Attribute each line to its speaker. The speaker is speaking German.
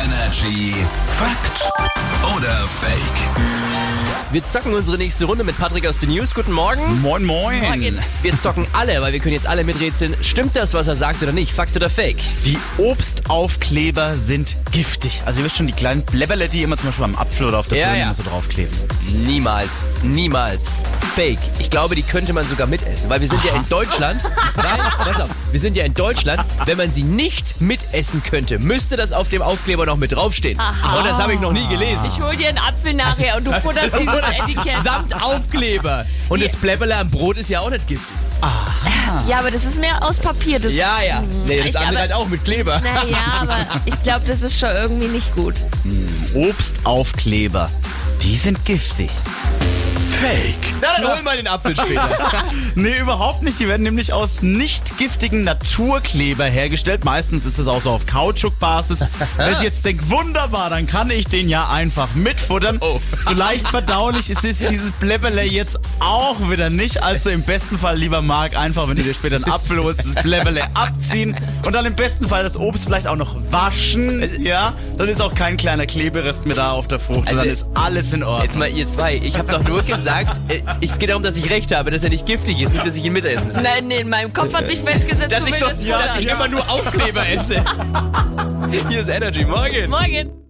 Speaker 1: Energy Fakt oder Fake?
Speaker 2: Wir zocken unsere nächste Runde mit Patrick aus den News. Guten Morgen.
Speaker 3: Moin, moin.
Speaker 2: Wir zocken alle, weil wir können jetzt alle miträtseln. Stimmt das, was er sagt oder nicht? Fakt oder Fake?
Speaker 3: Die Obstaufkleber sind giftig. Also ihr wisst schon, die kleinen Bläbberle, die immer zum Beispiel am Apfel oder auf der
Speaker 2: Ja,
Speaker 3: Birne
Speaker 2: ja.
Speaker 3: immer so draufkleben.
Speaker 2: Niemals. Niemals. Fake. Ich glaube, die könnte man sogar mitessen, weil wir sind ja in Deutschland. Nein, pass auf. Wir sind ja in Deutschland. Wenn man sie nicht mitessen könnte, müsste das auf dem Aufkleber noch mit draufstehen. Und das habe ich noch nie gelesen.
Speaker 4: Ich hol dir einen Apfel nachher und du futterst dieses Etikett.
Speaker 2: Samt Aufkleber. Und das Bläbberle am Brot ist ja auch nicht giftig.
Speaker 4: Ja, aber das ist mehr aus Papier. Das
Speaker 2: Ja, ja. Nee, das
Speaker 4: Mhm. Ich-
Speaker 2: andere
Speaker 4: aber-
Speaker 2: halt auch mit Kleber.
Speaker 4: Naja, aber ich glaube, das ist schon irgendwie nicht gut.
Speaker 3: Obstaufkleber, die sind giftig.
Speaker 1: Fake.
Speaker 2: Na, dann hol mal den Apfel später.
Speaker 3: Nee, überhaupt nicht. Die werden nämlich aus nicht giftigen Naturkleber hergestellt. Meistens ist es auch so auf Kautschukbasis. Wenn ich jetzt denke, wunderbar, dann kann ich den ja einfach mitfuttern.
Speaker 2: Oh.
Speaker 3: So leicht verdaulich ist es dieses Bläbberle jetzt auch wieder nicht. Also im besten Fall, lieber Marc, einfach, wenn du dir später einen Apfel holst, das Bläbberle abziehen und dann im besten Fall das Obst vielleicht auch noch waschen. Ja, dann ist auch kein kleiner Kleberest mehr da auf der Frucht.
Speaker 2: Also-
Speaker 3: und dann ist alles in Ordnung.
Speaker 2: Jetzt mal ihr zwei. Ich habe doch nur gesagt, äh, es geht darum, dass ich recht habe, dass er nicht giftig ist, nicht, dass ich ihn mitessen will.
Speaker 4: Nein, nee, in meinem Kopf hat sich festgesetzt,
Speaker 2: Dass
Speaker 4: du
Speaker 2: ich, so,
Speaker 4: willst es
Speaker 2: dass ich
Speaker 4: futtern.
Speaker 2: immer nur Aufkleber esse. Hier ist Energy. Morgen.
Speaker 4: Morgen.